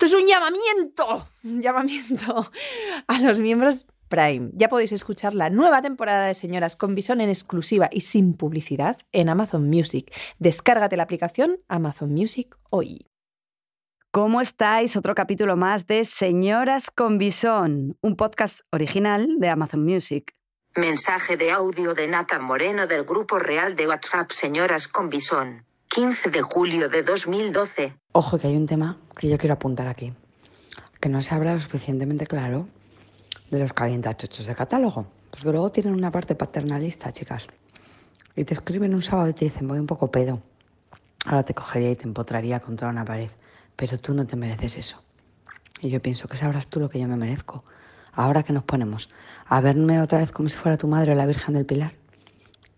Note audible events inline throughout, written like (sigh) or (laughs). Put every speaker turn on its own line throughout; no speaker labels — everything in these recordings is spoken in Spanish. es un llamamiento, un llamamiento a los miembros Prime. Ya podéis escuchar la nueva temporada de Señoras con Bison en exclusiva y sin publicidad en Amazon Music. Descárgate la aplicación Amazon Music hoy.
¿Cómo estáis? Otro capítulo más de Señoras con Bison, un podcast original de Amazon Music.
Mensaje de audio de Nata Moreno del grupo real de WhatsApp Señoras con Bisón. 15 de julio de 2012.
Ojo que hay un tema que yo quiero apuntar aquí, que no se habla lo suficientemente claro de los calientachuchos de catálogo, porque luego tienen una parte paternalista, chicas, y te escriben un sábado y te dicen voy un poco pedo, ahora te cogería y te empotraría contra una pared, pero tú no te mereces eso. Y yo pienso que sabrás tú lo que yo me merezco. Ahora que nos ponemos a verme otra vez como si fuera tu madre o la Virgen del Pilar.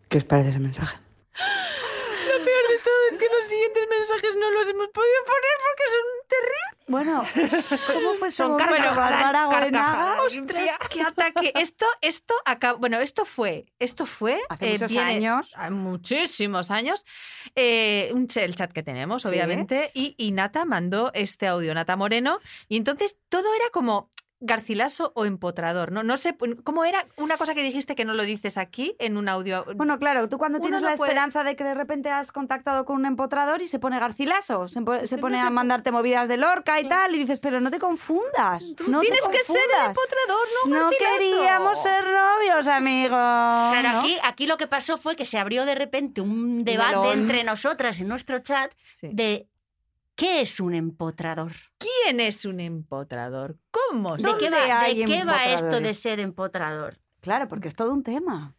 ¿Qué os parece ese mensaje?
Lo peor de todo es que los siguientes mensajes no los hemos podido poner porque son terribles.
Bueno, ¿cómo fue su
Son
momento,
carcajadas,
Bárbara Goenaga?
carcajadas.
Ostras, qué ataque. Esto, esto acá, bueno, esto fue, esto fue eh,
Hace muchos años.
a muchísimos años, eh, un ch- el chat que tenemos,
Sí.
obviamente, y, y Nata mandó este audio, Nata Moreno, y entonces todo era como garcilaso o empotrador, ¿no? No sé cómo era una cosa que dijiste que no lo dices aquí en un audio.
Bueno, claro, tú cuando
Uno
tienes
no
la
puede-
esperanza de que de repente has contactado con un empotrador y se pone garcilaso, se, po- se
no
pone
sé
a
cómo-
mandarte movidas de Lorca y tal, y dices, pero no te confundas.
Tú
no te
tienes que ser el
confundas.
empotrador, no
No
garcilaso.
queríamos ser novios, amigos.
Claro,
¿no?
aquí, aquí lo que pasó fue que se abrió de repente un debate
melón.
entre nosotras en nuestro chat
Sí.
de qué es un empotrador.
¿Quién es un empotrador? ¿Cómo
¿De
se-
qué
¿Dónde
va, de
hay
qué va esto de
empotradores?
ser empotrador?
Claro, porque es todo un tema.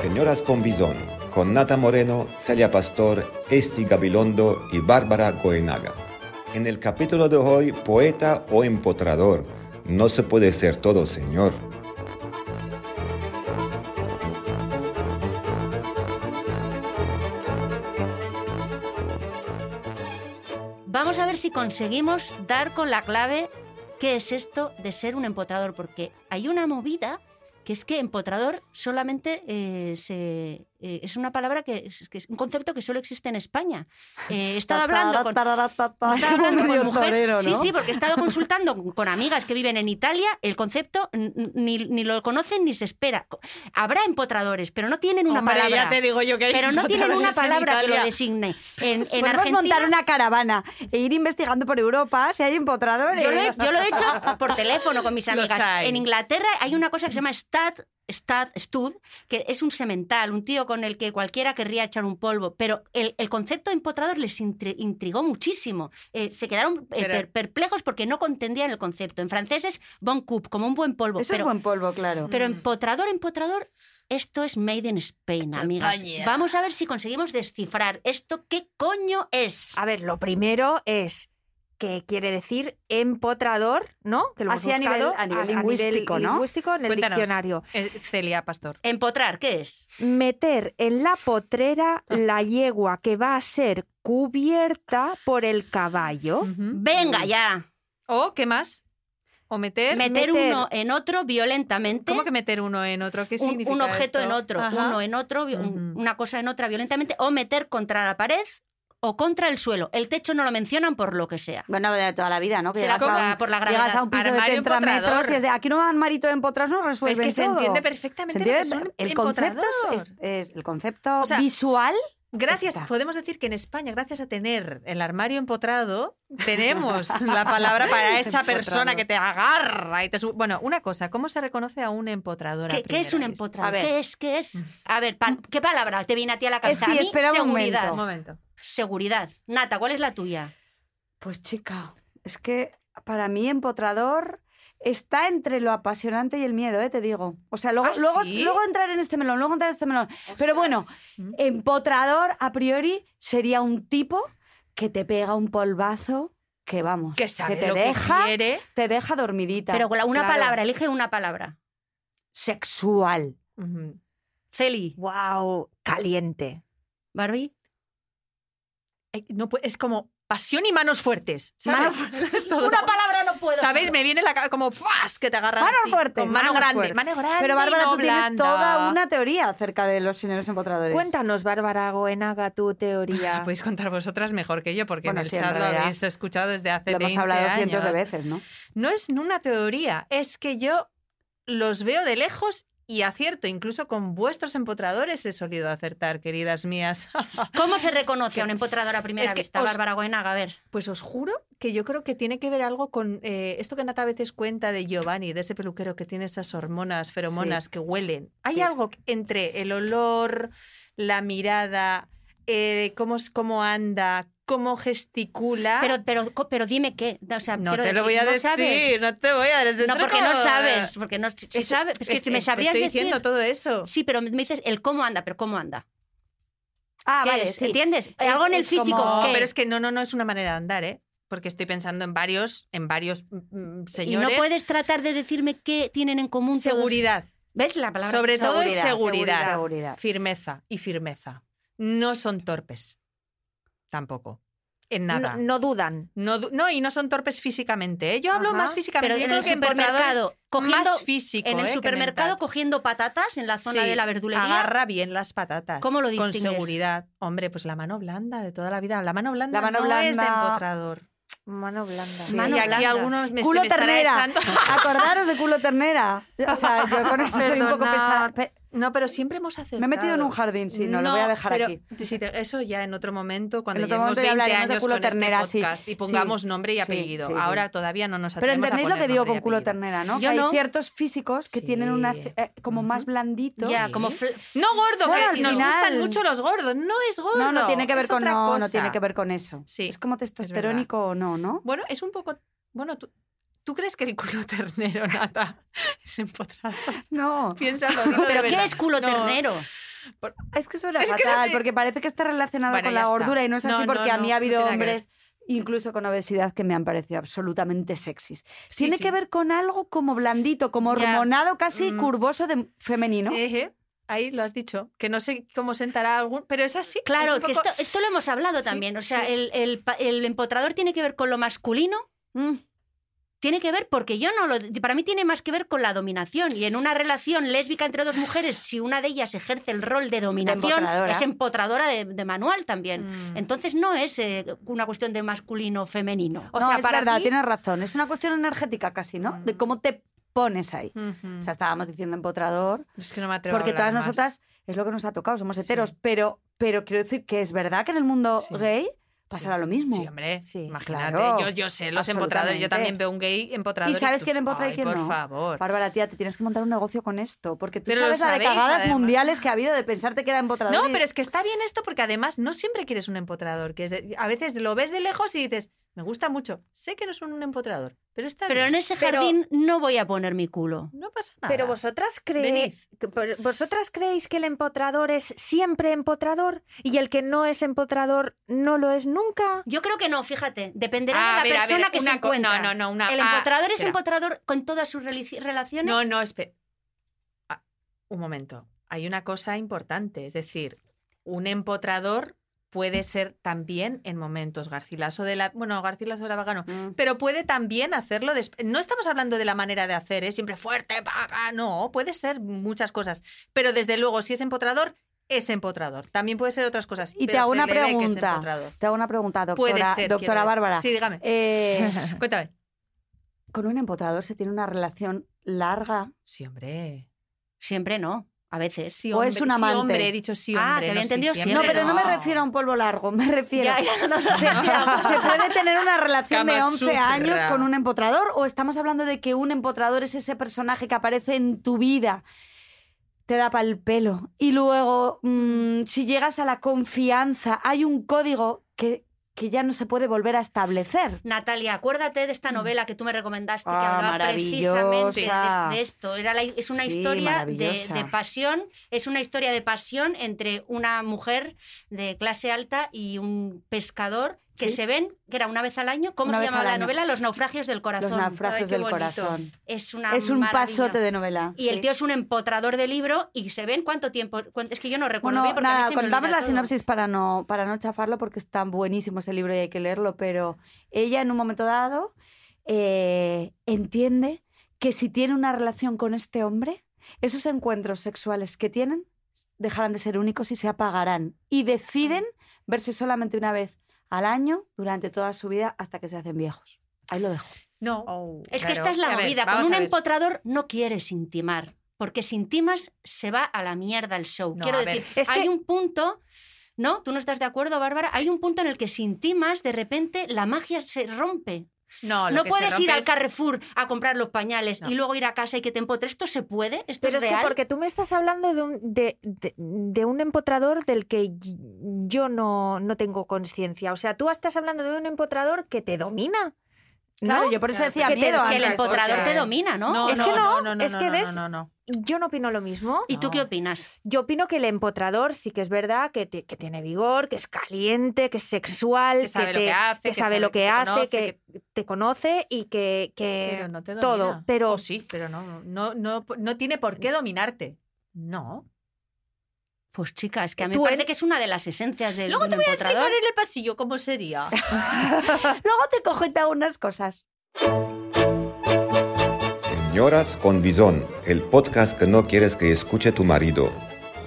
Señoras con Bison, con Nata Moreno, Celia Pastor, Esti Gabilondo y Bárbara Goenaga. En el capítulo de hoy, poeta o empotrador. No se puede ser todo, señor.
Vamos a ver si conseguimos dar con la clave qué es esto de ser un empotrador, porque hay una movida que es que empotrador solamente eh, se- eh, es una palabra que es, que es un concepto que solo existe en España. Eh, he estado hablando con,
(laughs)
Tararatatata.
Estaba hablando
Medio
con mujer-
torero,
Sí,
¿no?
sí, porque he estado consultando (laughs) con- con amigas que viven en Italia, el concepto n- n- ni, ni lo conocen ni se espera. Co- Habrá empotradores, pero no tienen una
Hombre,
palabra.
ya te digo yo que hay
pero no tienen una
empotradores en
palabra que lo
Italia.
designe. En, en
Podemos
Argentina,
montar una caravana e ir investigando por Europa si hay empotradores.
yo, lo he, yo lo he hecho por teléfono con mis
Los
amigas.
hay.
En Inglaterra hay una cosa que se llama stat, stat, stud, que es un semental, un tío con el que cualquiera querría echar un polvo. Pero el, el concepto de empotrador les intri- intrigó muchísimo. Eh, se quedaron eh,
Pero-
per- perplejos porque no contendían el concepto. En francés es bon coup, como un buen polvo.
Eso
pero,
es buen polvo, claro.
pero empotrador, empotrador, esto es made in Spain, amigas.
España.
Vamos a ver si conseguimos descifrar esto. ¿Qué coño es?
A ver, lo primero es que quiere decir empotrador, ¿no? Que lo hemos
Así a nivel-
buscado,
a nivel lingüístico, ¿no?
lingüístico en el
Cuéntanos.
diccionario.
Eh, Celia Pastor.
Empotrar, ¿qué es?
Meter en la potrera la yegua que va a ser cubierta por el caballo.
Mm.
Venga ya.
¿O qué más? ¿O meter?
meter,
meter-
uno en otro violentamente.
¿Cómo que meter uno en otro? ¿Qué
un,
significa
un objeto
esto?
en otro,
Ajá.
uno en otro, vi- un-
Ujú.
una cosa en otra violentamente, o meter contra la pared o contra el suelo. El techo no lo mencionan por lo que sea.
Bueno, de toda la vida, ¿no? Que
Se la
llegas, a
cobra
un,
por la gravedad.
llegas a un piso de
Armario
30 metros
empotrador.
y es de aquí no van marito de empotras, no resuelven
Es que se
Pues todo.
entiende
Se
perfectamente
entiende-
lo que es un
el concepto es,
empotrador.
es- es el concepto
O sea,
visual.
Gracias,
Está.
podemos decir que en España, gracias a tener el armario empotrado, tenemos la palabra
(laughs)
para esa
Empotrado.
persona que te agarra y te sub- Bueno, una cosa, ¿cómo se reconoce a un empotrador? a
¿Qué, qué es un
primera vista?
A
empotrador?
ver.
¿Qué es? ¿Qué es? A ver, pa- ¿qué palabra te viene a ti a la cabeza?
Esti,
a mí,
espera un
seguridad.
Un
momento.
momento.
Seguridad. Nata, ¿cuál es la tuya?
Pues chica, es que para mí empotrador está entre lo apasionante y el miedo, ¿eh? te digo. O sea, luego,
¿Ah,
luego,
sí?
luego entrar en este melón, luego entrar en este melón. Pero bueno,
Mm.
empotrador a priori sería un tipo que te pega un polvazo que vamos,
Que sabe
te
lo
deja,
que quiere.
te deja dormidita.
Pero con la- una
claro.
palabra, elige una palabra.
sexual.
Ujú.
Celi,
¡Wow! Caliente.
Barbie.
Ay, no pu- es como pasión y manos fuertes. ¿sabes? Es (laughs) todo.
Una palabra no puedo.
¿Sabéis?
solo.
Me viene la cara como ¡fuas! que te agarran.
Mano
así,
fuerte,
Con mano
mano
grande.
fuerte.
Mano grande.
Pero Bárbara,
y no
tú tienes
blanda.
toda una teoría acerca de los señores empotradores.
Cuéntanos, Bárbara Goenaga,
(laughs)
tu teoría.
Podéis contar vosotras mejor que yo, porque
Bueno,
en el
sí, en
chat lo
realidad.
habéis escuchado desde hace
Lo
20
hemos hablado
años.
cientos de veces, ¿no?
No es una teoría, es que yo los veo de lejos y acierto. Incluso con vuestros empotradores he solido acertar, queridas mías.
¿Cómo se reconoce a un empotrador a primera
Es que
vista,
os-
Bárbara Goenaga? A ver.
Pues os juro que yo creo que tiene que ver algo con eh, esto que Nata a veces cuenta de Giovanni, de ese peluquero que tiene esas hormonas, feromonas que huelen. Hay
Sí.
algo entre el olor, la mirada, eh, cómo, es- cómo anda, cómo gesticula.
Pero, pero, co- pero dime qué. O sea,
Ah. no
quiero
te lo voy
decir,
a
no
decir,
sabes.
no te voy a decir.
No, porque no sabes. Porque no si
Es-
sabes. Es que
es-
me
es-
sabrías
Este, estoy
decir.
diciendo todo eso.
Sí, pero me dices el cómo anda, pero cómo anda.
Ah,
¿Qué
vale,
es?
sí.
¿Entiendes? Algo en el
es
físico.
como-
No,
¿qué?
pero es que no, no, no es una manera de andar, ¿eh? Porque estoy pensando en varios, en varios mm, mm,
y no
señores.
puedes tratar de decirme qué tienen en común. todos?
seguridad.
¿Ves la palabra?
Sobre todo es
Seguridad,
seguridad.
Seguridad.
Firmeza y firmeza. No son torpes. Tampoco. En nada.
No, no dudan.
No, du- no, y no son torpes físicamente. ¿eh? Yo hablo
Ajá.
más físicamente.
Pero
Yo
en
creo
el
que empotradores
supermercado, cogiendo,
más físico.
en
¿eh?
el
que
supermercado
mental.
cogiendo patatas en la zona
Sí,
de la verdulería.
Agarra bien las patatas.
¿Cómo lo
Con
distingues?
seguridad. Hombre, pues la mano blanda de toda la vida. La mano blanda
La mano
no es de
blanda-
empotrador.
Mano blanda.
Sí.
Mano
y aquí
blanda.
algunos me, se
culo
me estará
ternera.
echando- (laughs)
Acordaros de culo ternera. O sea, yo con esto soy un poco
Perdonad.
pesada. Pe-
No, pero siempre hemos acertado.
Me he metido en un jardín, sí, no, lo voy a dejar
pero
aquí.
si te- eso ya en otro momento, cuando
En otro
llevemos
momento ya
20
hablaremos de
años
culo
con
ternera,
este
sí.
podcast y
Sí,
pongamos nombre y
sí,
apellido.
sí, sí.
Ahora todavía no nos
Pero
atrevemos a
entendéis lo
poner
que digo
nombre y
con culo
apellido.
ternera, ¿no?
Yo
que
no.
hay ciertos físicos que
Sí.
tienen una eh, como más
Ujú.
blanditos.
Ya,
Sí.
como fl-
No gordo,
Bueno,
que
al
nos
final-
gustan mucho los gordos. No es gordo.
No, no tiene que ver
es
con
otra
no, no
cosa.
tiene que ver con eso.
Sí,
es como testosterónico o no,
(laughs)
¿no?
Bueno, es un poco. Bueno, tú, ¿tú crees que el culo ternero, (laughs) Nata, es empotrado?
No,
Piénsalo. dilo de
¿Pero qué
verdad.
es culo
No.
ternero?
es que suena
Es que
fatal
no te-
porque parece que está relacionado
Bueno,
con
ya
la
está.
gordura y no es
No,
así
no,
porque a mí
no,
ha habido
no tiene que ver.
hombres incluso con obesidad que me han parecido absolutamente sexys.
Sí,
tiene
sí.
que ver con algo como blandito, como
Ya.
hormonado, casi
Mm. Eh,
curvoso de femenino.
Eje, ahí lo has dicho. Que no sé cómo sentará algún. Pero es así.
Claro,
es un
que
poco-
esto, esto lo hemos hablado
Sí,
también. O sea,
sí.
el, el pa- el empotrador tiene que ver con lo masculino.
Mm.
Tiene que ver, porque yo no lo. Para mí tiene más que ver con la dominación. Y en una relación lésbica entre dos mujeres, si una de ellas ejerce el rol de dominación,
empotradora.
es empotradora de, de manual también.
Mm.
Entonces no es eh, una cuestión de masculino o femenino.
O
No,
sea,
es
para
verdad,
verdad, tienes razón. Es una cuestión energética casi, ¿no?
Mm.
De cómo te pones ahí.
Ujú.
O sea, estábamos diciendo empotrador,
Es que no me atrevo a
porque
hablar
todas
Mm. más.
nosotras es lo que nos ha tocado, somos
Sí.
heteros, pero, pero quiero decir que es verdad que en el mundo
Sí.
gay pasará
Sí.
lo mismo.
Sí, hombre,
Sí,
imagínate.
claro,
yo, yo sé los empotradores, yo
absolutamente.
también veo un gay empotrador.
¿Y sabes
tú-
quién empotra y
ay,
quién
por
no?
favor.
Bárbara, tía, te tienes que montar un negocio con esto, porque tú
Pero lo
sabes la de
sabéis,
cagadas
además.
mundiales que ha habido de pensarte que era empotrador.
No,
y-
pero es que está bien esto porque además no siempre quieres un empotrador. Que es de- a veces lo ves de lejos y dices, me gusta mucho. Sé que no es un empotrador, pero está
Pero
bien.
en ese
Pero-
jardín no voy a poner mi culo.
No pasa nada.
Pero vosotras
Venid.
creéis vosotras creéis que el empotrador es siempre empotrador y el que no es empotrador no lo es nunca.
Yo creo que no, fíjate. Dependerá
Ah, A
de la
ver, a ver,
persona que se
una co-
encuentra.
No, no, no. Una,
El
ah,
empotrador es
espera.
empotrador con todas sus relici- relaciones.
No, no, espera. un momento. Hay una cosa importante, es decir, un empotrador puede ser también en momentos garcilaso de la... Bueno, garcilaso de la vaga no,
Mm.
pero puede también hacerlo... des- No estamos hablando de la manera de hacer, ¿eh? siempre fuerte, pa, pa, no, puede ser muchas cosas. Pero desde luego, si es empotrador, es empotrador. También puede ser otras cosas.
Y te
pero
hago
se
una
le ve que es
pregunta.
empotrador.
Te hago una pregunta,
Puede
doctora,
ser, quiero
doctora
decir.
Bárbara.
Sí, dígame. (laughs)
Eh,
Cuéntame.
con un empotrador se tiene una relación larga.
Sí, hombre.
Siempre no, a veces.
Sí,
O
hombre.
es un
Sí,
amante.
hombre, he dicho sí,
Ah,
hombre.
te había
no,
entendido
siempre.
No,
Hombre,
pero no. me
no.
refiero a un polvo largo, me refiero.
Ya, (laughs) ya, no,
(laughs)
no,
Se, pues, se puede tener una relación de
Kama
11
Sutra.
años con un empotrador o estamos hablando de que un empotrador es ese personaje que aparece en tu vida, te da pa'l pelo y luego mm, si llegas a la confianza hay un código que, que ya no se puede volver a establecer.
Natalia, acuérdate de esta novela que tú me recomendaste que
Mm. Ah,
hablaba precisamente
maravillosa.
de, de esto. Era la- es una
Sí,
historia de,
maravillosa.
de pasión, es una historia de pasión entre una mujer de clase alta y un pescador que
Sí.
se ven, que era una vez al año, ¿cómo
Una
se
vez
llamaba
al
la
año.
novela? Los naufragios del corazón.
Los
Ay,
naufragios
qué
del
bonito.
corazón.
Es, una
es un
maravilla.
pasote de novela.
Y el
sí.
tío es un empotrador de libro y se ven cuánto tiempo. cuánto- es que yo no recuerdo
Bueno,
bien porque a mí
nada,
se me
contamos
olvida
la
todo.
sinopsis para no, para no chafarlo porque está buenísimo ese libro y hay que leerlo, pero ella en un momento dado eh, entiende que si tiene una relación con este hombre, esos encuentros sexuales que tienen dejarán de ser únicos y se apagarán. Y deciden verse solamente una vez al año durante toda su vida hasta que se hacen viejos. Ahí lo dejo.
No.
Es que esta es la
A ver,
movida.
vamos
Con un
a ver.
empotrador no quieres intimar, porque si intimas se va a la mierda el show.
No,
Quiero
a
decir,
ver,
es
hay
que-
un punto, ¿no? Tú no estás de acuerdo, Bárbara. Hay un punto en el que si intimas, de repente la magia se rompe.
No, lo
no
que se
puedes ir
rompe
al
es-
Carrefour a comprar los pañales
No.
y luego ir a casa y que te empotre. ¿Esto se puede? ¿Esto
Pero
es
es
real?
que porque tú me estás hablando de un, de, de- de un empotrador del que y- yo no, no tengo conciencia. O sea, tú estás hablando de un empotrador que te domina. ¿no?
Claro, yo por eso
Claro,
decía
que te-
miedo.
que
Que el
antes.
Antes, o
empotrador
sea,
te domina, ¿no?
Es que no, es que ves-
No, no,
Yo no opino lo mismo.
¿Y tú
no.
qué opinas?
Yo opino que el empotrador sí que es verdad que, te- que tiene vigor, que es caliente, que es sexual,
Que sabe lo
te-
que hace,
que
que
sabe
sabe
lo que,
que te
hace,
conoce,
que, te conoce y que, que-
Pero no te domina.
todo, pero-
O sí, pero no, no, no, no tiene por qué dominarte. No.
Pues chica, es que a mí
Tú
me parece
eres-
que es una de las esencias del,
Luego
del
te voy a explicar
empotrador.
en el pasillo cómo sería.
Ah.
Luego te cojo y te hago unas cosas.
Señoras con Visón, el podcast que no quieres que escuche tu marido.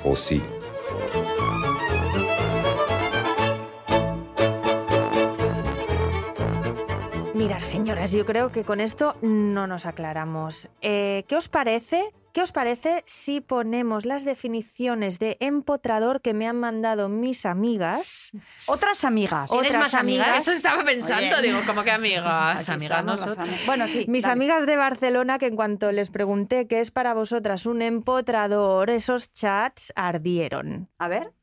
O sí.
Mirad, señoras, yo creo que con esto no nos aclaramos. Eh, ¿Qué os parece? ¿Qué os parece si ponemos las definiciones de empotrador que me han mandado mis amigas?
Otras amigas.
¿Tienes
otras
más amigas?
amigas?
Eso estaba pensando,
Oye.
digo, como que amigas,
Aquí
amigas
estamos, las
nosotras.
ami- Bueno, sí.
Mis
dale.
amigas de Barcelona, que en cuanto les pregunté qué es para vosotras un empotrador, esos chats ardieron.
A ver.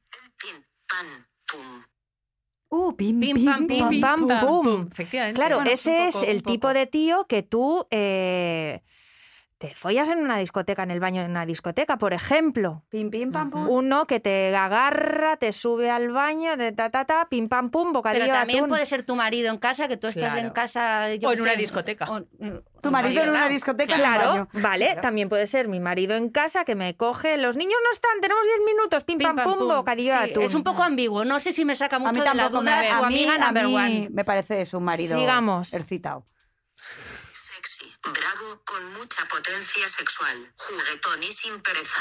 Pim, pam, pum.
Uh, pim,
Pim,
pim,
pam,
pim,
pim, pam,
pum.
pum.
Efectivamente.
Claro,
Bueno,
ese
un
es
poco-
el
un poco.
tipo de tío que tú eh, te follas en una discoteca, en el baño de una discoteca, por ejemplo.
Pim, pim, pam, pum.
Uno que te agarra, te sube al baño, de ta ta ta, pim pam pum, bocadillo
Pero también
atún.
puede ser tu marido en casa, que tú estás
Claro.
en casa... yo
O
qué
en una
sé,
discoteca.
o- eh,
Tu marido en una
Claro.
discoteca.
Claro,
en un baño.
vale,
Claro.
también puede ser mi marido en casa que me coge, los niños no están, tenemos 10 minutos, pim, pam, pum, bocadillo
Sí,
atún.
Es un poco ambiguo. No sé si me saca
A mí
mucho de la
tampoco me
duda tu
a mí,
amiga
a
number
mí
one.
me parece su marido.
Sigamos.
Excitado.
Sexy, bravo, con mucha potencia sexual, juguetón y sin pereza.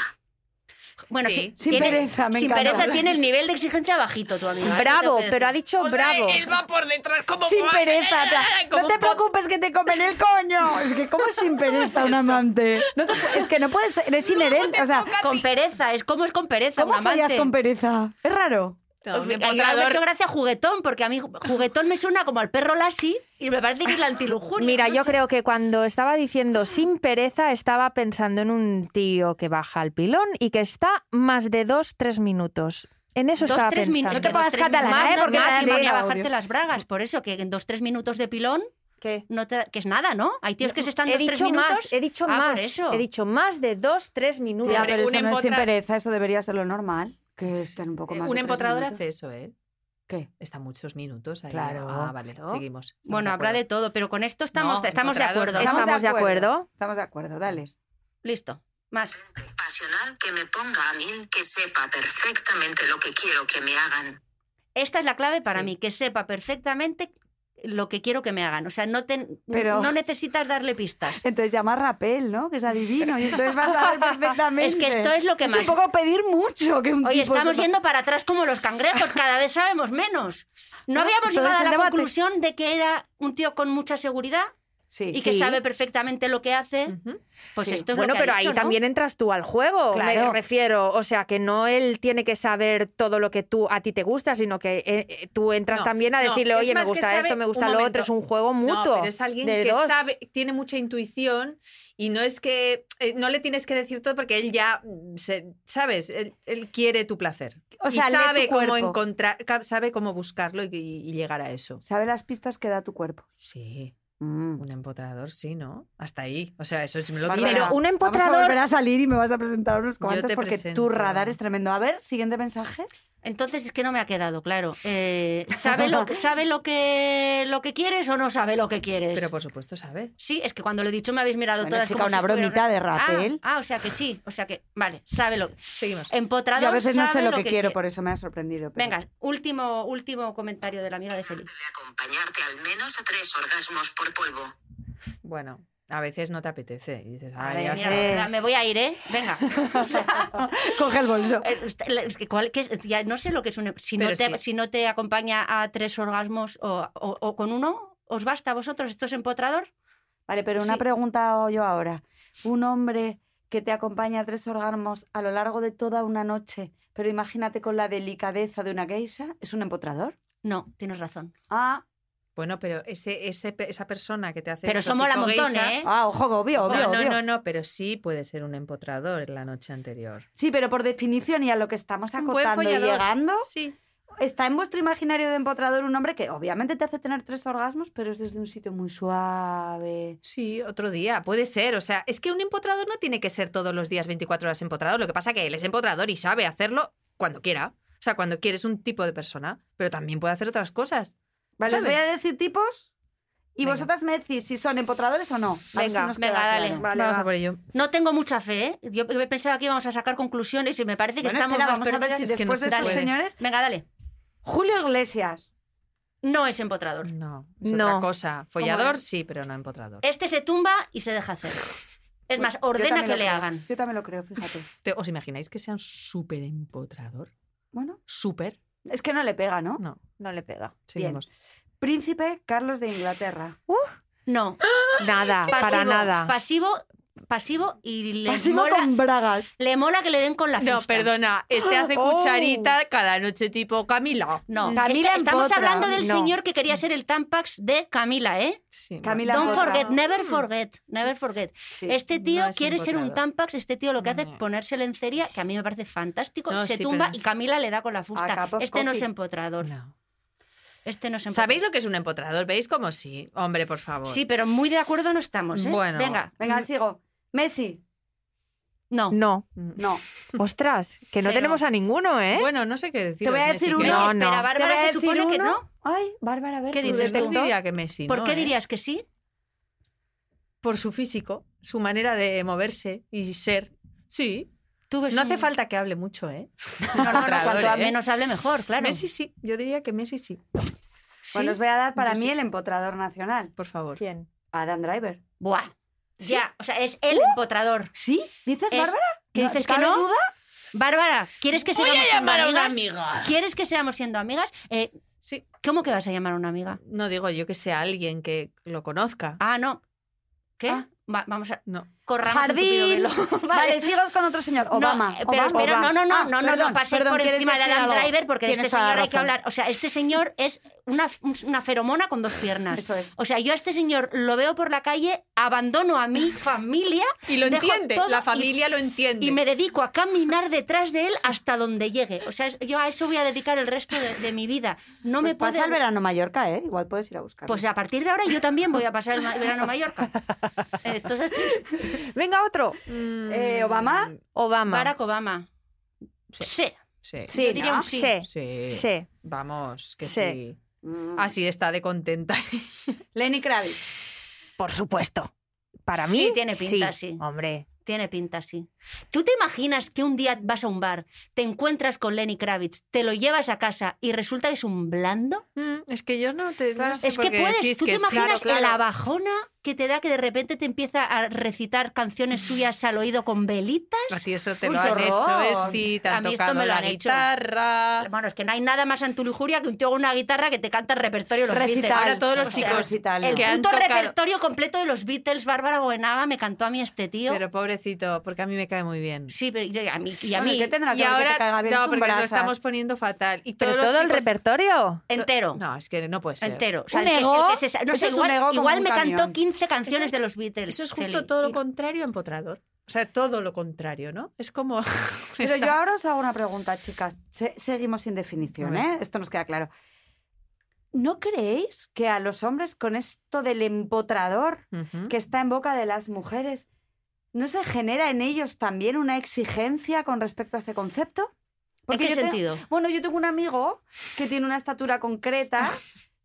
Bueno,
Sí.
sí,
Sin
tiene-
pereza, me
sin
encanta.
pereza tiene el nivel de exigencia bajito tu amiga. ¿eh?
Bravo,
Eso te-
pero ha dicho bravo.
va por detrás como...
Sin pereza. o sea,
como
no te
un po-
preocupes que te comen el coño. Es que ¿cómo es sin pereza un amante? No te pu- es que no puedes ser, es inherente. O sea,
Con pereza, es como es con pereza
¿cómo
un
follas
amante.
con pereza? Es raro.
No, un
Ay, me ha
empotrador-
hecho gracia juguetón, porque a mí juguetón me suena como al perro Lassi y me parece que es la antilujuria.
Mira,
no
yo
sé.
creo que cuando estaba diciendo sin pereza, estaba pensando en un tío que baja al pilón y que está más de dos, tres minutos. En eso
Dos,
estaba
tres
pensando.
No
minutos.
te pongas catalana,
más,
¿eh? Porque
más,
te
y
dan
ponía a
audios.
bajarte las bragas. Por eso, que en dos, tres minutos de pilón,
¿Qué?
no te- que es nada, ¿no? Hay tíos que se están
He
dos, tres
dicho
minutos.
más, he dicho
Ah, por
más,
eso.
he dicho más de dos, tres minutos.
Ya,
Hombre,
ah, pero
un
eso no es sin
empotra-
pereza. Eso debería ser lo normal. Que estén un poco
Eh,
más.
Un
de tres
empotrador
minutos.
hace eso, ¿eh?
¿Qué?
Está muchos minutos ahí.
Claro.
Ah, vale,
Claro.
seguimos. Estamos
Bueno, habrá de
acuerdo.
todo, pero con esto estamos,
No,
estamos de
empotrador,
acuerdo.
no.
¿no?
Estamos de acuerdo.
Estamos de acuerdo, dale.
Listo. Más.
Pasional que me ponga a mí, que sepa perfectamente lo que quiero que me hagan.
Esta es la clave para
Sí.
mí, que sepa perfectamente lo que quiero que me hagan. O sea, no, te-
Pero-
no necesitas darle pistas.
Entonces llamar rapel, ¿no? Que es adivino. Y entonces vas a saber perfectamente.
Es que esto es lo que más-
Es un poco pedir mucho que un
Oye,
tipo
estamos
sepa-
yendo para atrás como los cangrejos, cada vez sabemos menos. No
No,
habíamos
todo
llegado
es
a
el
la
debate.
conclusión de que era un tío con mucha seguridad
Sí, sí.
y que sabe perfectamente lo que hace.
Ujú.
Pues
Sí.
esto es lo
bueno,
que ha
pero ahí
dicho, ¿no?
también entras tú al juego, me
Claro.
refiero. O sea, que no él tiene que saber todo lo que tú a ti te gusta, sino que eh, eh, tú entras
No,
también a
no,
decirle,
es
oye, me
más que
gusta
sabe-
esto, me
un
gusta lo
momento.
otro, es un juego
No,
mutuo.
pero es alguien
de
que
dos.
sabe, tiene mucha intuición y no es que eh, no le tienes que decir todo porque él ya mm, se- sabes, él, él quiere tu placer.
O sea,
y
lee tu
sabe cómo
cuerpo.
encontrar, ca- sabe cómo buscarlo y, y- y llegar a eso.
Sabe las pistas que da tu cuerpo.
Sí,
Mm.
un empotrador sí, ¿no? Hasta ahí, o sea, eso es lo
Bárbara,
mínimo.
Pero un
Vamos a
empotrador
volver a salir y me vas a presentar unos
Yo
cuantos
te
porque tu
presento. Eh,
radar es tremendo. A ver, siguiente mensaje.
Entonces es que no me ha quedado claro.
(laughs)
Eh, ¿Sabe, lo, sabe lo, que, lo que quieres o no sabe lo que quieres?
Pero por supuesto sabe.
Sí, es que cuando lo he dicho me habéis mirado
Bueno,
todas
chica,
como
una
si estuviera-
bromita de rapel.
Ah, ah, o sea que sí, o sea que vale, sabe lo.
Seguimos.
Empotrador.
Yo a veces no sé
sabe
lo que, quiero,
quiere.
por eso me ha sorprendido. pero-
Venga, último último comentario de la amiga de Felipe.
Debe acompañarte al menos a tres orgasmos por polvo.
Bueno, a veces no te apetece y dices,
A
ah,
ver,
ya
mira,
está.
mira, me voy a ir, ¿eh? Venga. (laughs) O sea,
(laughs) Coge el bolso.
eh, usted- la- es que cuál- que es- ya no sé lo que es un... Si no,
Pero
te,
sí.
si no te acompaña a tres orgasmos o, o- o con uno, ¿os basta a vosotros? ¿Esto es empotrador?
Vale, pero una
Sí.
pregunta yo ahora. Un hombre que te acompaña a tres orgasmos a lo largo de toda una noche, pero imagínate con la delicadeza de una geisha, ¿es un empotrador?
No, tienes razón.
Ah,
Bueno, pero ese, ese, pe- esa persona que te hace
Pero
eso
eso mola
tipo
montón,
geisha-
¿eh?
ah ojo, obvio, obvio,
no, no,
obvio.
no, no, pero sí puede ser un empotrador en la noche anterior.
Sí, pero por definición y a lo que estamos
Un buen
acotando y
follador.
llegando,
Sí.
está en vuestro imaginario de empotrador un hombre que obviamente te hace tener tres orgasmos, pero es desde un sitio muy suave.
Sí, otro día, puede ser. O sea, es que un empotrador no tiene que ser todos los días 24 horas empotrador. Lo que pasa que él es empotrador y sabe hacerlo cuando quiera. O sea, cuando quiere es un tipo de persona, pero también puede hacer otras cosas.
Vale, os
¿Sabes?
voy a decir tipos y
Venga.
vosotras me decís si son empotradores o no. A ver
Venga,
si nos
venga,
queda
dale.
claro.
Vale,
Vamos
va.
a por ello.
No tengo mucha fe, ¿eh? Yo pensaba que íbamos a sacar conclusiones y me parece que
Bueno,
estamos...
espera,
más
vamos a ver
perdidas
si
es que
después
no
de este
se
estos
puede.
señores...
Venga, dale.
Julio Iglesias.
No es empotrador.
No, es
No.
otra cosa. Follador
es?
sí, pero no empotrador.
Este se tumba y se deja hacer. Es más,
Pues Yo
ordena
también
que
lo
le
creo.
hagan.
Yo también lo creo, fíjate.
(laughs)
¿Te- ¿Os imagináis que sea un súper empotrador?
Bueno,
¿Súper?
es que no le pega, ¿no?
No.
No le pega.
Seguimos.
Príncipe Carlos de Inglaterra.
No,
Nada,
pasivo,
para nada.
Pasivo, pasivo y le
Pasivo
mola,
con bragas.
le mola que le den con la
No,
fusta.
perdona. Este hace
Oh.
cucharita cada noche tipo Camila.
No,
Camila
es que estamos
empotra.
hablando del
No.
señor que quería ser el Tampax de Camila, ¿eh?
Sí,
Camila Mm.
Don't
empotra.
forget, never forget, never forget.
Sí.
Este tío
no es
quiere ser un
empotrador.
Tampax, este tío lo que hace es
No.
ponerse lencería, que a mí me parece fantástico,
Mm. No,
se
sí,
tumba
pero no
y
es-
Camila le da con la fusta.
cup of
Este no es
coffee.
empotrador,
No.
este no es empotrador.
¿Sabéis lo que es un empotrador? ¿Veis cómo sí? Hombre, por favor.
Sí, pero muy de acuerdo no estamos, ¿eh?
Bueno.
Venga,
Venga, sigo. Messi.
no.
No.
No.
Ostras, que no
Cero.
tenemos a ninguno, ¿eh?
Bueno, no sé qué decir.
Te voy a
de
decir
Messi,
uno.
que
No,
No,
espera,
no.
Te voy
Bárbara
a
se
decir
supone que
uno.
no.
Ay, Bárbara, a ver.
¿Qué
tú,
dices tú?
detecto.
diría que Messi.
¿Por
¿no,
qué
eh?
dirías que sí?
Por su físico, su manera de moverse y ser. Pues Sí.
Tú ves
no
un-
hace falta que hable mucho, ¿eh?
No, no, no,
Empotrador,
cuanto
¿eh?
menos hable mejor, claro.
Messi sí. Yo diría que Messi sí.
Sí.
Bueno, os voy a dar para
Yo
mí
sí.
el empotrador nacional.
Por favor.
¿Quién?
Adam Driver.
Buah. Ya, o sea, es
Uh.
el empotrador.
¿Sí? ¿Dices,
Es-
Bárbara?
¿Que
No,
dices que
¿cabe
no?
duda?
Bárbara, ¿quieres que
Voy
seamos
a
siendo
llamar a una
amigas?
amiga.
¿Quieres que seamos siendo amigas? Eh,
Sí.
¿Cómo que vas a llamar a una amiga?
No digo yo que sea alguien que lo conozca.
Ah, no. ¿Qué?
Ah.
Va- vamos a.
No.
Corramos un tupido
Jardín.
(laughs) velo.
Vale. sigo con otro señor. Obama.
No, eh, pero
Obama.
espera, no, no, no,
Ah,
no, no,
perdón,
no pases
perdón,
por
¿quieres
encima de
decir
Adam
algo?
Driver porque de
Tienes
este
toda la
señor hay que
razón.
hablar. O sea, este señor es una, una feromona con dos piernas.
Eso es.
O sea, yo a este señor lo veo por la calle, abandono a
(laughs)
mi familia
Y lo
Dejo
entiende.
todo
La
y-
familia lo entiende.
y me dedico a caminar detrás de él hasta donde llegue. O sea, es- yo a eso voy a dedicar el resto de, de mi vida. No
Pues
me puede...
pasa el verano Mallorca, ¿eh? Igual puedes ir a buscarlo.
Pues a partir de ahora yo también voy a pasar el ma- verano
(laughs)
en Mallorca. Entonces,
Venga, otro.
Eh, ¿Obama?
mm,
Obama.
Barack Obama.
Sí.
Sí,
Sí.
yo diría
¿no?
un sí.
Sí.
Sí.
Sí.
Vamos, que
Sí.
sí.
Mm.
Así está de contenta.
Lenny Kravitz.
Por supuesto. Para
Sí,
mí.
tiene pinta, sí.
Hombre.
Tiene pinta, sí. ¿Tú te imaginas que un día vas a un bar, te encuentras con Lenny Kravitz, te lo llevas a casa y resulta que es un blando?
Mm, es que yo no te. no
Claro.
sé
es
por
que
qué decís
puedes, tú te
que sí.
imaginas
Claro, claro.
la bajona que te da que de repente te empieza a recitar canciones suyas al oído con velitas.
A ti eso te
Uy,
lo
qué
han hecho,
horror.
Esti, te
A
han
mí esto
tocado
me lo
la
han hecho.
guitarra.
Hermano, es que no hay nada más en tu lujuria que un tío con una guitarra que te canta el repertorio de los
Recital.
Beatles.
Ahora todos los
O sea,
chicos
recital,
El
que han
punto
tocado-
repertorio completo de los Beatles, Bárbara Boenava me cantó a mí este tío.
Pero pobrecito, porque a mí me cae muy bien.
Sí, pero yo- a mí, y a
Bueno,
mí
¿qué tendrá que
Y
ver que
ahora,
te caiga bien?
no,
Son
porque lo
brasas.
estamos poniendo fatal. Y
Pero
todos los
todo el
chicos-
repertorio.
entero.
No, es que no puede ser.
Entero. O sea,
¿Un
el que-
ego?
el que se- no
Eso
sé,
es un
igual,
ego como
igual
un
me cantó
camión.
15 canciones
Eso-
de los Beatles.
Eso es justo
Feli.
todo lo
Y-
contrario a empotrador. O sea, todo lo contrario, ¿no? Es como.
Pero yo ahora os hago una pregunta, chicas. Se- seguimos sin definición,
A ver.
¿eh? Esto nos queda claro. ¿No creéis que a los hombres con esto del empotrador
¿Mm?
Ujú.
que está en boca de las mujeres, ¿no se genera en ellos también una exigencia con respecto a este concepto?
¿En qué
yo tengo-
sentido?
Bueno, yo tengo un amigo que tiene una estatura concreta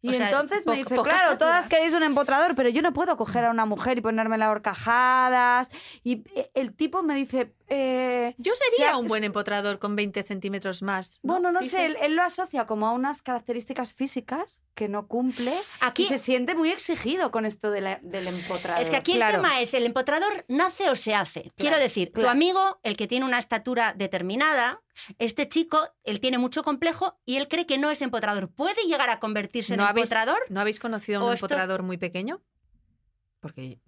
Y
(laughs) O sea,
entonces me
po-
dice,
pocas
claro, todas
tatuajes".
queréis un empotrador, pero yo no puedo coger a una mujer y ponerme las horcajadas. Y eh, el tipo me dice, eh,
Yo sería
Se ha-
un buen empotrador con 20 centímetros más.
bueno, no sé,
Dices,
él, él lo asocia como a unas características físicas que no cumple
Aquí
y se siente muy exigido con esto de la- del empotrador.
Es que aquí
Claro.
el tema es, ¿el empotrador nace o se hace? Quiero decir, tu
claro.
amigo, el que tiene una estatura determinada, este chico, él tiene mucho complejo y él cree que no es empotrador. ¿Puede llegar a convertirse
¿No
en
habéis-
empotrador?
¿No habéis conocido a un
O esto-
empotrador muy pequeño? Porque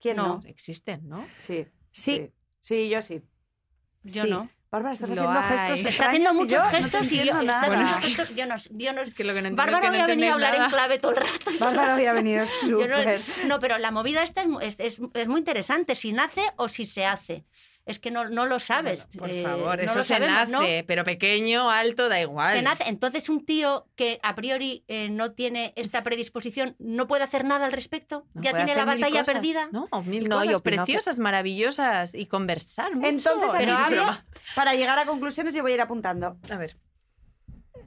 ¿Quién no?
existen, ¿no?
Sí,
Sí,
sí. Sí, yo sí.
Yo
Sí.
no.
Bárbara, estás
Lo
haciendo
hay.
gestos.
Está
Está
extraños
haciendo muchos
yo no te
gestos y yo,
entiendo
está
nada.
haciendo
Bueno, es
gestos- yo no... Yo no
(laughs) Es que lo que no entiendo
Bárbara
es que
voy
no
a venir a
entendéis
hablar en
nada.
clave todo el rato.
(laughs) Bárbara hoy ha venido
Yo no-
súper.
no, pero la movida esta es, mu- es- es- es muy interesante, si nace o si se hace. Es que no, no lo sabes.
Por
eh,
favor,
no
eso
lo
se
sabemos, ¿no?
nace, pero pequeño, alto, da igual.
Se nace. Entonces, un tío que a priori eh, no tiene esta predisposición no puede hacer nada al respecto,
No,
ya
puede
tiene la
hacer mil
batalla
cosas,
perdida.
No, mil
No, yo
cosas
opino que-
preciosas, maravillosas y conversar mucho.
Entonces,
Pero
aquí
No es
sí,
broma.
para llegar a conclusiones, yo voy a ir apuntando.
A ver,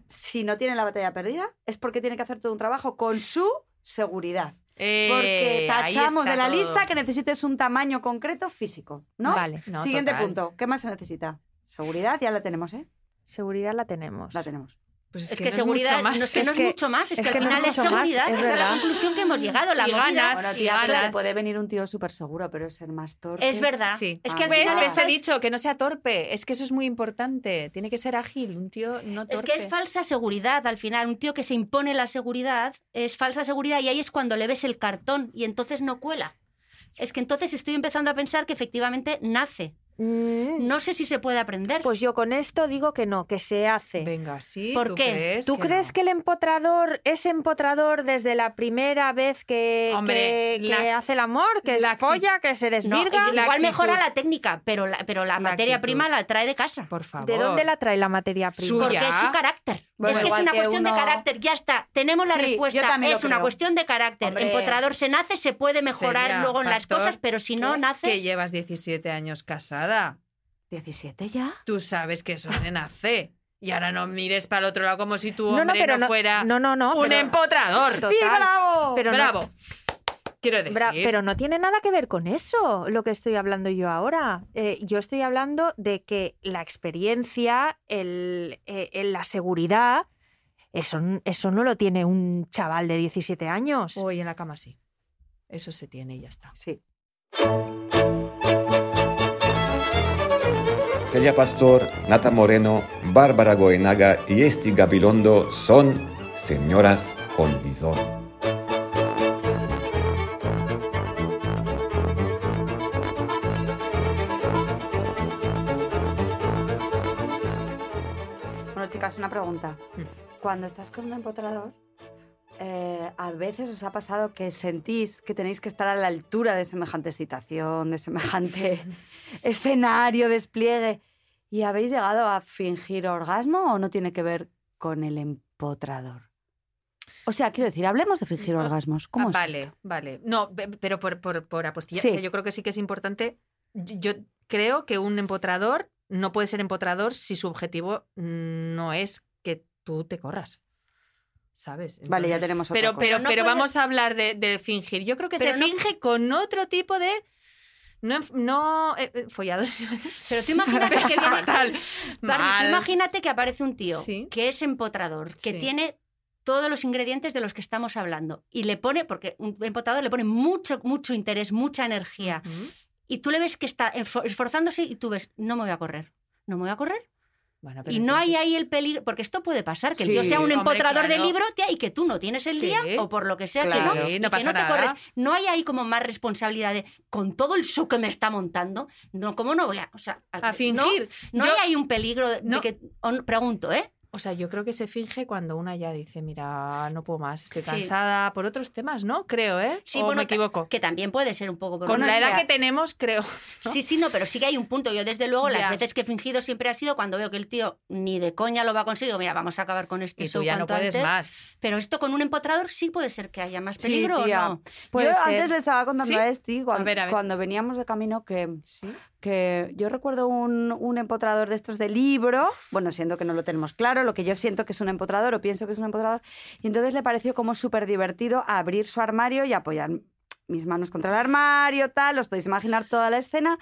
Si no tiene la batalla perdida, es porque tiene que hacer todo un trabajo con su seguridad. Porque
Eh, ahí
tachamos
está
de la
todo.
lista que necesites un tamaño concreto físico, ¿no?
vale.
No,
Siguiente
total.
punto. ¿Qué más se necesita? Seguridad, ya la tenemos, ¿eh?
Seguridad la tenemos.
La tenemos.
Pues
Es, que, seguridad no es que
Es
no es
que-
mucho más, es,
es
que,
que
al
no es
final es
mucho más,
seguridad,
es
esa es la
verdad.
conclusión que hemos llegado, la
Y
movida.
ganas.
Bueno,
y
tía, pero te
ganas.
puede venir un tío súper seguro, pero ser más torpe.
Es verdad.
Sí.
Es que al
Ah,
¿Ves?
final
¿Ves?
esto
Te he
es-
dicho que no sea torpe. Es que eso es muy importante. Tiene que ser ágil. Un tío no
Es
torpe.
que es falsa seguridad al final. Un tío que se impone la seguridad es falsa seguridad y ahí es cuando le ves el cartón y entonces no cuela. Es que entonces estoy empezando a pensar que efectivamente nace.
Mm,
No sé si se puede aprender.
Pues yo con esto digo que no, que se hace.
Venga, sí.
¿Por
¿tú
qué?
Crees
¿Tú
que
crees
no?
que el empotrador es empotrador desde la primera vez que,
Hombre,
que,
la-
que hace el amor, que
la
es folla, que se
No,
desvirga?
igual mejora la técnica, pero la, pero la,
La
materia
actitud.
prima la trae de casa.
Por favor.
¿De dónde la trae la materia
Su-
prima?
Porque
Ya.
es su carácter.
Bueno,
es que es
igual
una
que
cuestión de
uno-
carácter. Ya está. Tenemos la
Sí, yo
respuesta.
también lo
Es una
creo.
cuestión de carácter.
Hombre.
Empotrador se nace, se puede mejorar
Celia,
luego en
Pastor,
las cosas, pero si no
¿Qué? Que
naces.
llevas 17 años casada.
17 ya.
Tú sabes que eso se nace. Y ahora no mires para el otro lado como si tu
No,
hombre
no,
no,
pero no,
fuera
no, no, no,
un
pero-
empotrador.
Total.
¡Sí, bravo!
Pero no-
Bravo. Quiero decir.
Bra- pero no tiene nada que ver con eso lo que estoy hablando yo ahora. Eh, yo estoy hablando de que la experiencia, el, eh, el- la seguridad, eso, n- eso no lo tiene un chaval de 17 años.
Hoy en la cama sí. Eso se tiene y ya está.
Sí.
Celia Pastor, Nata Moreno, Bárbara Goenaga y Esti Gabilondo son señoras con visor.
Bueno, chicas, una pregunta.
Hmm.
Cuando estás con un empotrador, eh, a veces os ha pasado que sentís que tenéis que estar a la altura de semejante excitación, de semejante escenario, despliegue. ¿Y habéis llegado a fingir orgasmo o no tiene que ver con el empotrador? O sea, quiero decir, hablemos de fingir
Ah,
orgasmos. ¿Cómo
Ah,
es
vale,
esto?
vale. No, pe- pero por, por, por apostillar.
Sí.
o sea, yo creo que sí que es importante. Yo yo creo que un empotrador no puede ser empotrador si su objetivo mm, no es que tú te corras. ¿Sabes?
Vale, ya
Entonces-
tenemos otra
Pero,
cosa.
pero,
No
pero
puede-
vamos a hablar de, de fingir. Yo creo que
Pero
se
no-
finge con otro tipo de. No, enf- no eh, eh, folladores. (laughs)
(laughs) Pero tú imagínate que viene.
Fatal.
Barney, tú
Mal.
imagínate que aparece un tío
Sí.
que es empotrador, que
Sí.
tiene todos los ingredientes de los que estamos hablando y le pone, porque un empotrador le pone mucho, mucho interés, mucha energía.
Ujú.
Y tú le ves que está enfo- esforzándose y tú ves, no me voy a correr. No me voy a correr.
Bueno, pero
Y no hay
entonces-
ahí el peligro, porque esto puede pasar, que el
Sí,
tío sea un
hombre,
empotrador de
claro.
libro tía, y que tú no tienes el
Sí.
día o por lo que sea
Claro.
que no,
Sí,
y
no
que
pasa
no te
nada.
corres. No hay ahí como más responsabilidad de con todo el show que me está montando, no cómo no voy a, o sea,
A
no-
fingir.
No
Yo-
hay ahí un peligro de
no.
que o no- pregunto, ¿eh?
O sea, yo creo que se finge cuando una ya dice, mira, no puedo más, estoy
Sí.
cansada por otros temas, ¿no? Creo, ¿eh?
Sí,
o
bueno,
me equivoco.
Que también puede ser un poco por
Con
una
la edad
idea.
que tenemos,
(laughs)
creo.
Sí, sí, no, pero sí que hay un punto. Yo desde luego
Ya.
las veces que he fingido siempre ha sido cuando veo que el tío ni de coña lo va a conseguir, digo, mira, vamos a acabar con este
Y tú
show
ya no
cuanto
puedes
antes".
más.
Pero esto con un empotrador sí puede ser que haya más
Sí,
peligro
tía.
o no.
Yo
Puede ser.
antes le estaba contando
¿Sí?
a Esti, cuan- cuando,
ver, a ver.
veníamos de camino, que
Sí.
que yo recuerdo un, un empotrador de estos de libro, bueno, siendo que no lo tenemos claro, lo que yo siento que es un empotrador o pienso que es un empotrador, y entonces le pareció como súper divertido abrir su armario y apoyar mis manos contra el armario, tal, os podéis imaginar toda la escena,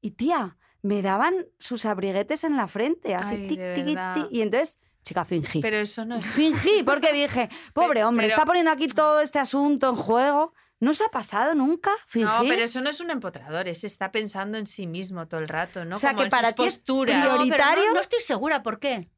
y tía, me daban sus abriguetes en la frente, así,
Ay,
tic,
de
tic,
verdad.
tic, y entonces, chica, fingí.
Pero eso no
(laughs)
es.
Fingí, porque dije, pobre
Pe-
hombre,
pero-
está poniendo aquí todo este asunto en juego. ¿No os ha pasado nunca? Fingí.
No, pero eso no es un empotrador, ese está pensando en sí mismo todo el rato, ¿no?
O sea,
Como
que
en
para
sus
ti es
posturas.
No, pero no-
¿Prioritario?
No, estoy segura por qué.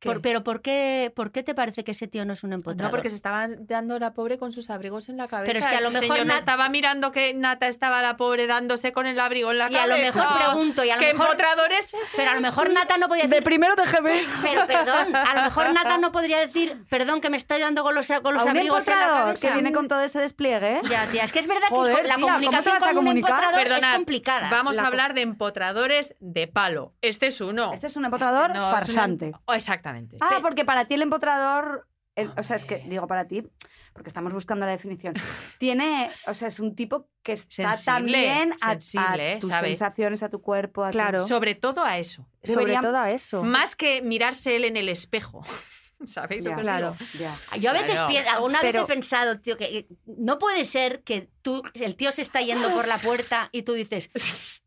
¿Qué?
Por- pero ¿por qué, ¿por qué te parece que ese tío no es un
No,
empotrador?
porque se estaba dando la pobre con sus abrigos en la cabeza.
Pues Pero es que a lo
Ese
mejor
señor no
Nat-
estaba mirando que Nata estaba la pobre dándose con el abrigo en la
y a
cabeza.
lo mejor pregunto, y a lo
¿Qué
mejor,
empotrador es ese?
pero a lo mejor Nata no podía
De
decir,
primero déjeme.
pero perdón, a
(laughs)
lo mejor Nata no podría decir, perdón que me estoy dando con los, con los
A un
abrigos en la
empotrador
cabeza.
que viene con todo ese despliegue, ¿eh?
Ya, tía, es que es verdad
Joder,
que con la
tía, ¿cómo te
comunicación
vas a
con un
comunicar?
empotrador
Perdonad,
es complicada.
Vamos
La
a
co-
hablar de empotradores de palo. Este es uno.
Este es un empotrador
Este no, es un-
farsante.
Oh, exactamente.
Ah, porque para ti el empotrador... el- o sea, es que digo para ti, porque estamos buscando la definición. Tiene, o sea, es un tipo que está
Sensible,
también a- a,
sensible, ¿eh?
tus
Sabe.
sensaciones, a tu cuerpo, a tu-
Claro.
Sobre todo a eso.
Sobre
Deberían-
todo a eso.
Más que mirarse él en el espejo. (laughs) ¿Sabéis? lo
Ya.
que os
Claro.
digo?
Ya.
Yo a veces
Claro.
pienso, alguna
Pero-
vez he pensado, tío, que que no puede ser que tú, el tío se está yendo por la puerta y tú dices,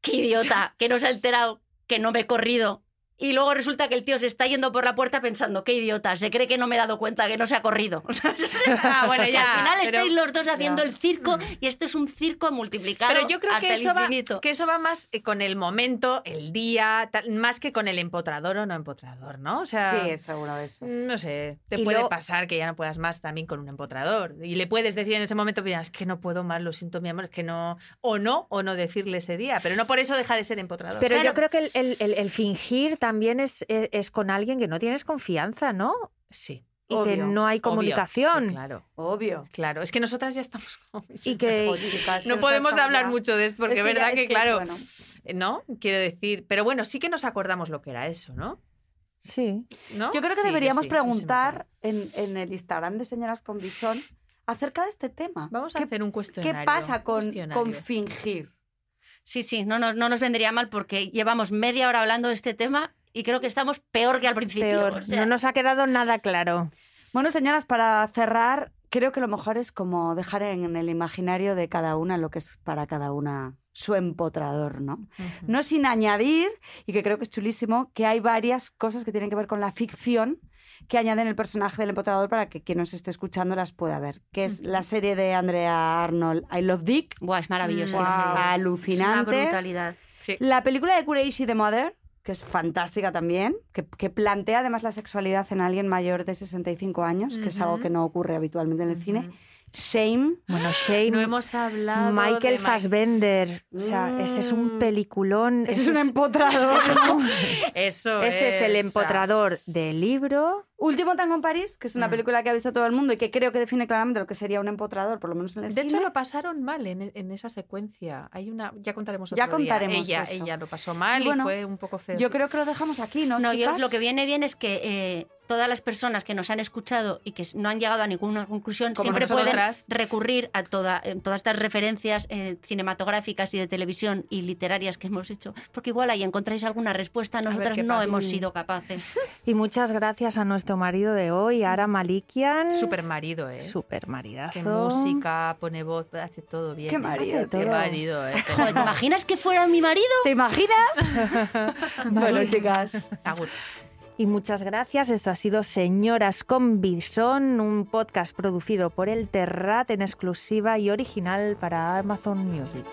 qué idiota, que no se ha enterado, que no me he corrido. Y luego resulta que el tío se está yendo por la puerta pensando, qué idiota, se cree que no me he dado cuenta, que no se ha corrido. (laughs) O sea,
Ah, bueno,
que
ya.
al final
pero- Mm.
estáis los dos haciendo
Ya.
el circo y esto es un circo multiplicado.
Pero yo creo
hasta
que
el
eso, va,
infinito.
que eso va más eh, con el momento, el día, tal, más que con el empotrador o no empotrador, ¿no? O sea,
Sí, es seguro eso.
Mm, no sé, te
Y
puede
luego-
pasar que ya no puedas más también con un empotrador. Y le puedes decir en ese momento, mira, es que no puedo más, lo siento, mi amor, es que no, o no, o no decirle ese día. Pero no por eso deja de ser empotrador.
Pero
Claro.
yo creo que el, el- el- el fingir también es, es, es con alguien que no tienes confianza, ¿no?
sí,
Y que
Obvio,
no hay
obvio,
comunicación.
sí, claro,
Obvio.
claro. Es que nosotras ya estamos... (laughs) como-
Y que
Jo, chicas, que
No
nos
podemos
estamos
hablar
ya-
mucho de esto
Es
porque es
ya-
verdad
es
que, claro,
bueno,
¿no? Quiero decir, pero bueno, sí que nos acordamos lo que era eso, ¿no?
sí.
¿No?
Yo creo que
Sí,
deberíamos
sí, sí me acuerdo.
preguntar en, en el Instagram de Señoras con Bisón acerca de este tema.
Vamos a
¿Qué,
hacer un
qué
cuestionario.
pasa con,
cuestionario.
con fingir?
Sí, sí, no, no, no nos vendría mal porque llevamos media hora hablando de este tema y creo que estamos peor que al principio.
Peor.
o sea.
No nos ha quedado nada claro.
Bueno, señoras, para cerrar, creo que lo mejor es como dejar en el imaginario de cada una lo que es para cada una su empotrador, ¿no?
Ujú.
No sin añadir, y que creo que es chulísimo, que hay varias cosas que tienen que ver con la ficción que añaden el personaje del empotrador para que quien nos esté escuchando las pueda ver. Que es la serie de Andrea Arnold, I Love Dick. Mm,
Buah, es maravilloso.
Guau.
ese libro. Es una
Alucinante.
brutalidad.
Sí.
La película de Kureishi The Mother, que es fantástica también, que, que plantea además la sexualidad en alguien mayor de 65 años, que es algo
Ujú.
que no ocurre habitualmente en el cine. Shame.
Bueno,
(gasps)
Shane,
No hemos hablado.
Michael
de
Fassbender. O sea, ese es un
Mm.
peliculón.
Ese es
ese
un empotrador.
ese es un-
Michael- Eso
Ese es el
o sea,
empotrador del libro.
Último Tango en París, que es una
Mm.
película que ha visto todo el mundo y que creo que define claramente lo que sería un empotrador, por lo menos en el
De hecho,
cine.
lo pasaron mal en, en esa secuencia. Hay una, ya contaremos otro
Ya
día.
contaremos
Ella,
eso.
ella lo pasó mal
Y
y,
bueno,
fue un poco feo.
Yo creo que lo dejamos aquí, ¿no?
No, yo
chicas?
lo que viene bien es que eh, todas las personas que nos han escuchado y que s- no han llegado a ninguna conclusión
Como
siempre
nosotras.
pueden recurrir a toda, en todas estas referencias eh, cinematográficas y de televisión y literarias que hemos hecho, porque igual ahí encontráis alguna respuesta.
ver
Nosotras
qué
no
pasa.
hemos
(laughs)
sido capaces.
Y muchas gracias a nuestro marido de hoy, Ara Malikian.
Super marido, ¿eh?
Super maridazo.
Que música, pone voz, hace todo bien.
Qué
¿eh?
marido,
Qué
tío.
marido, ¿eh?
Joder, ¿Te imaginas que fuera mi marido?
¿Te imaginas? bueno, chicas.
Agur.
Y muchas gracias. Esto ha sido Señoras con Bison, un podcast producido por El Terrat en exclusiva y original para Amazon Music.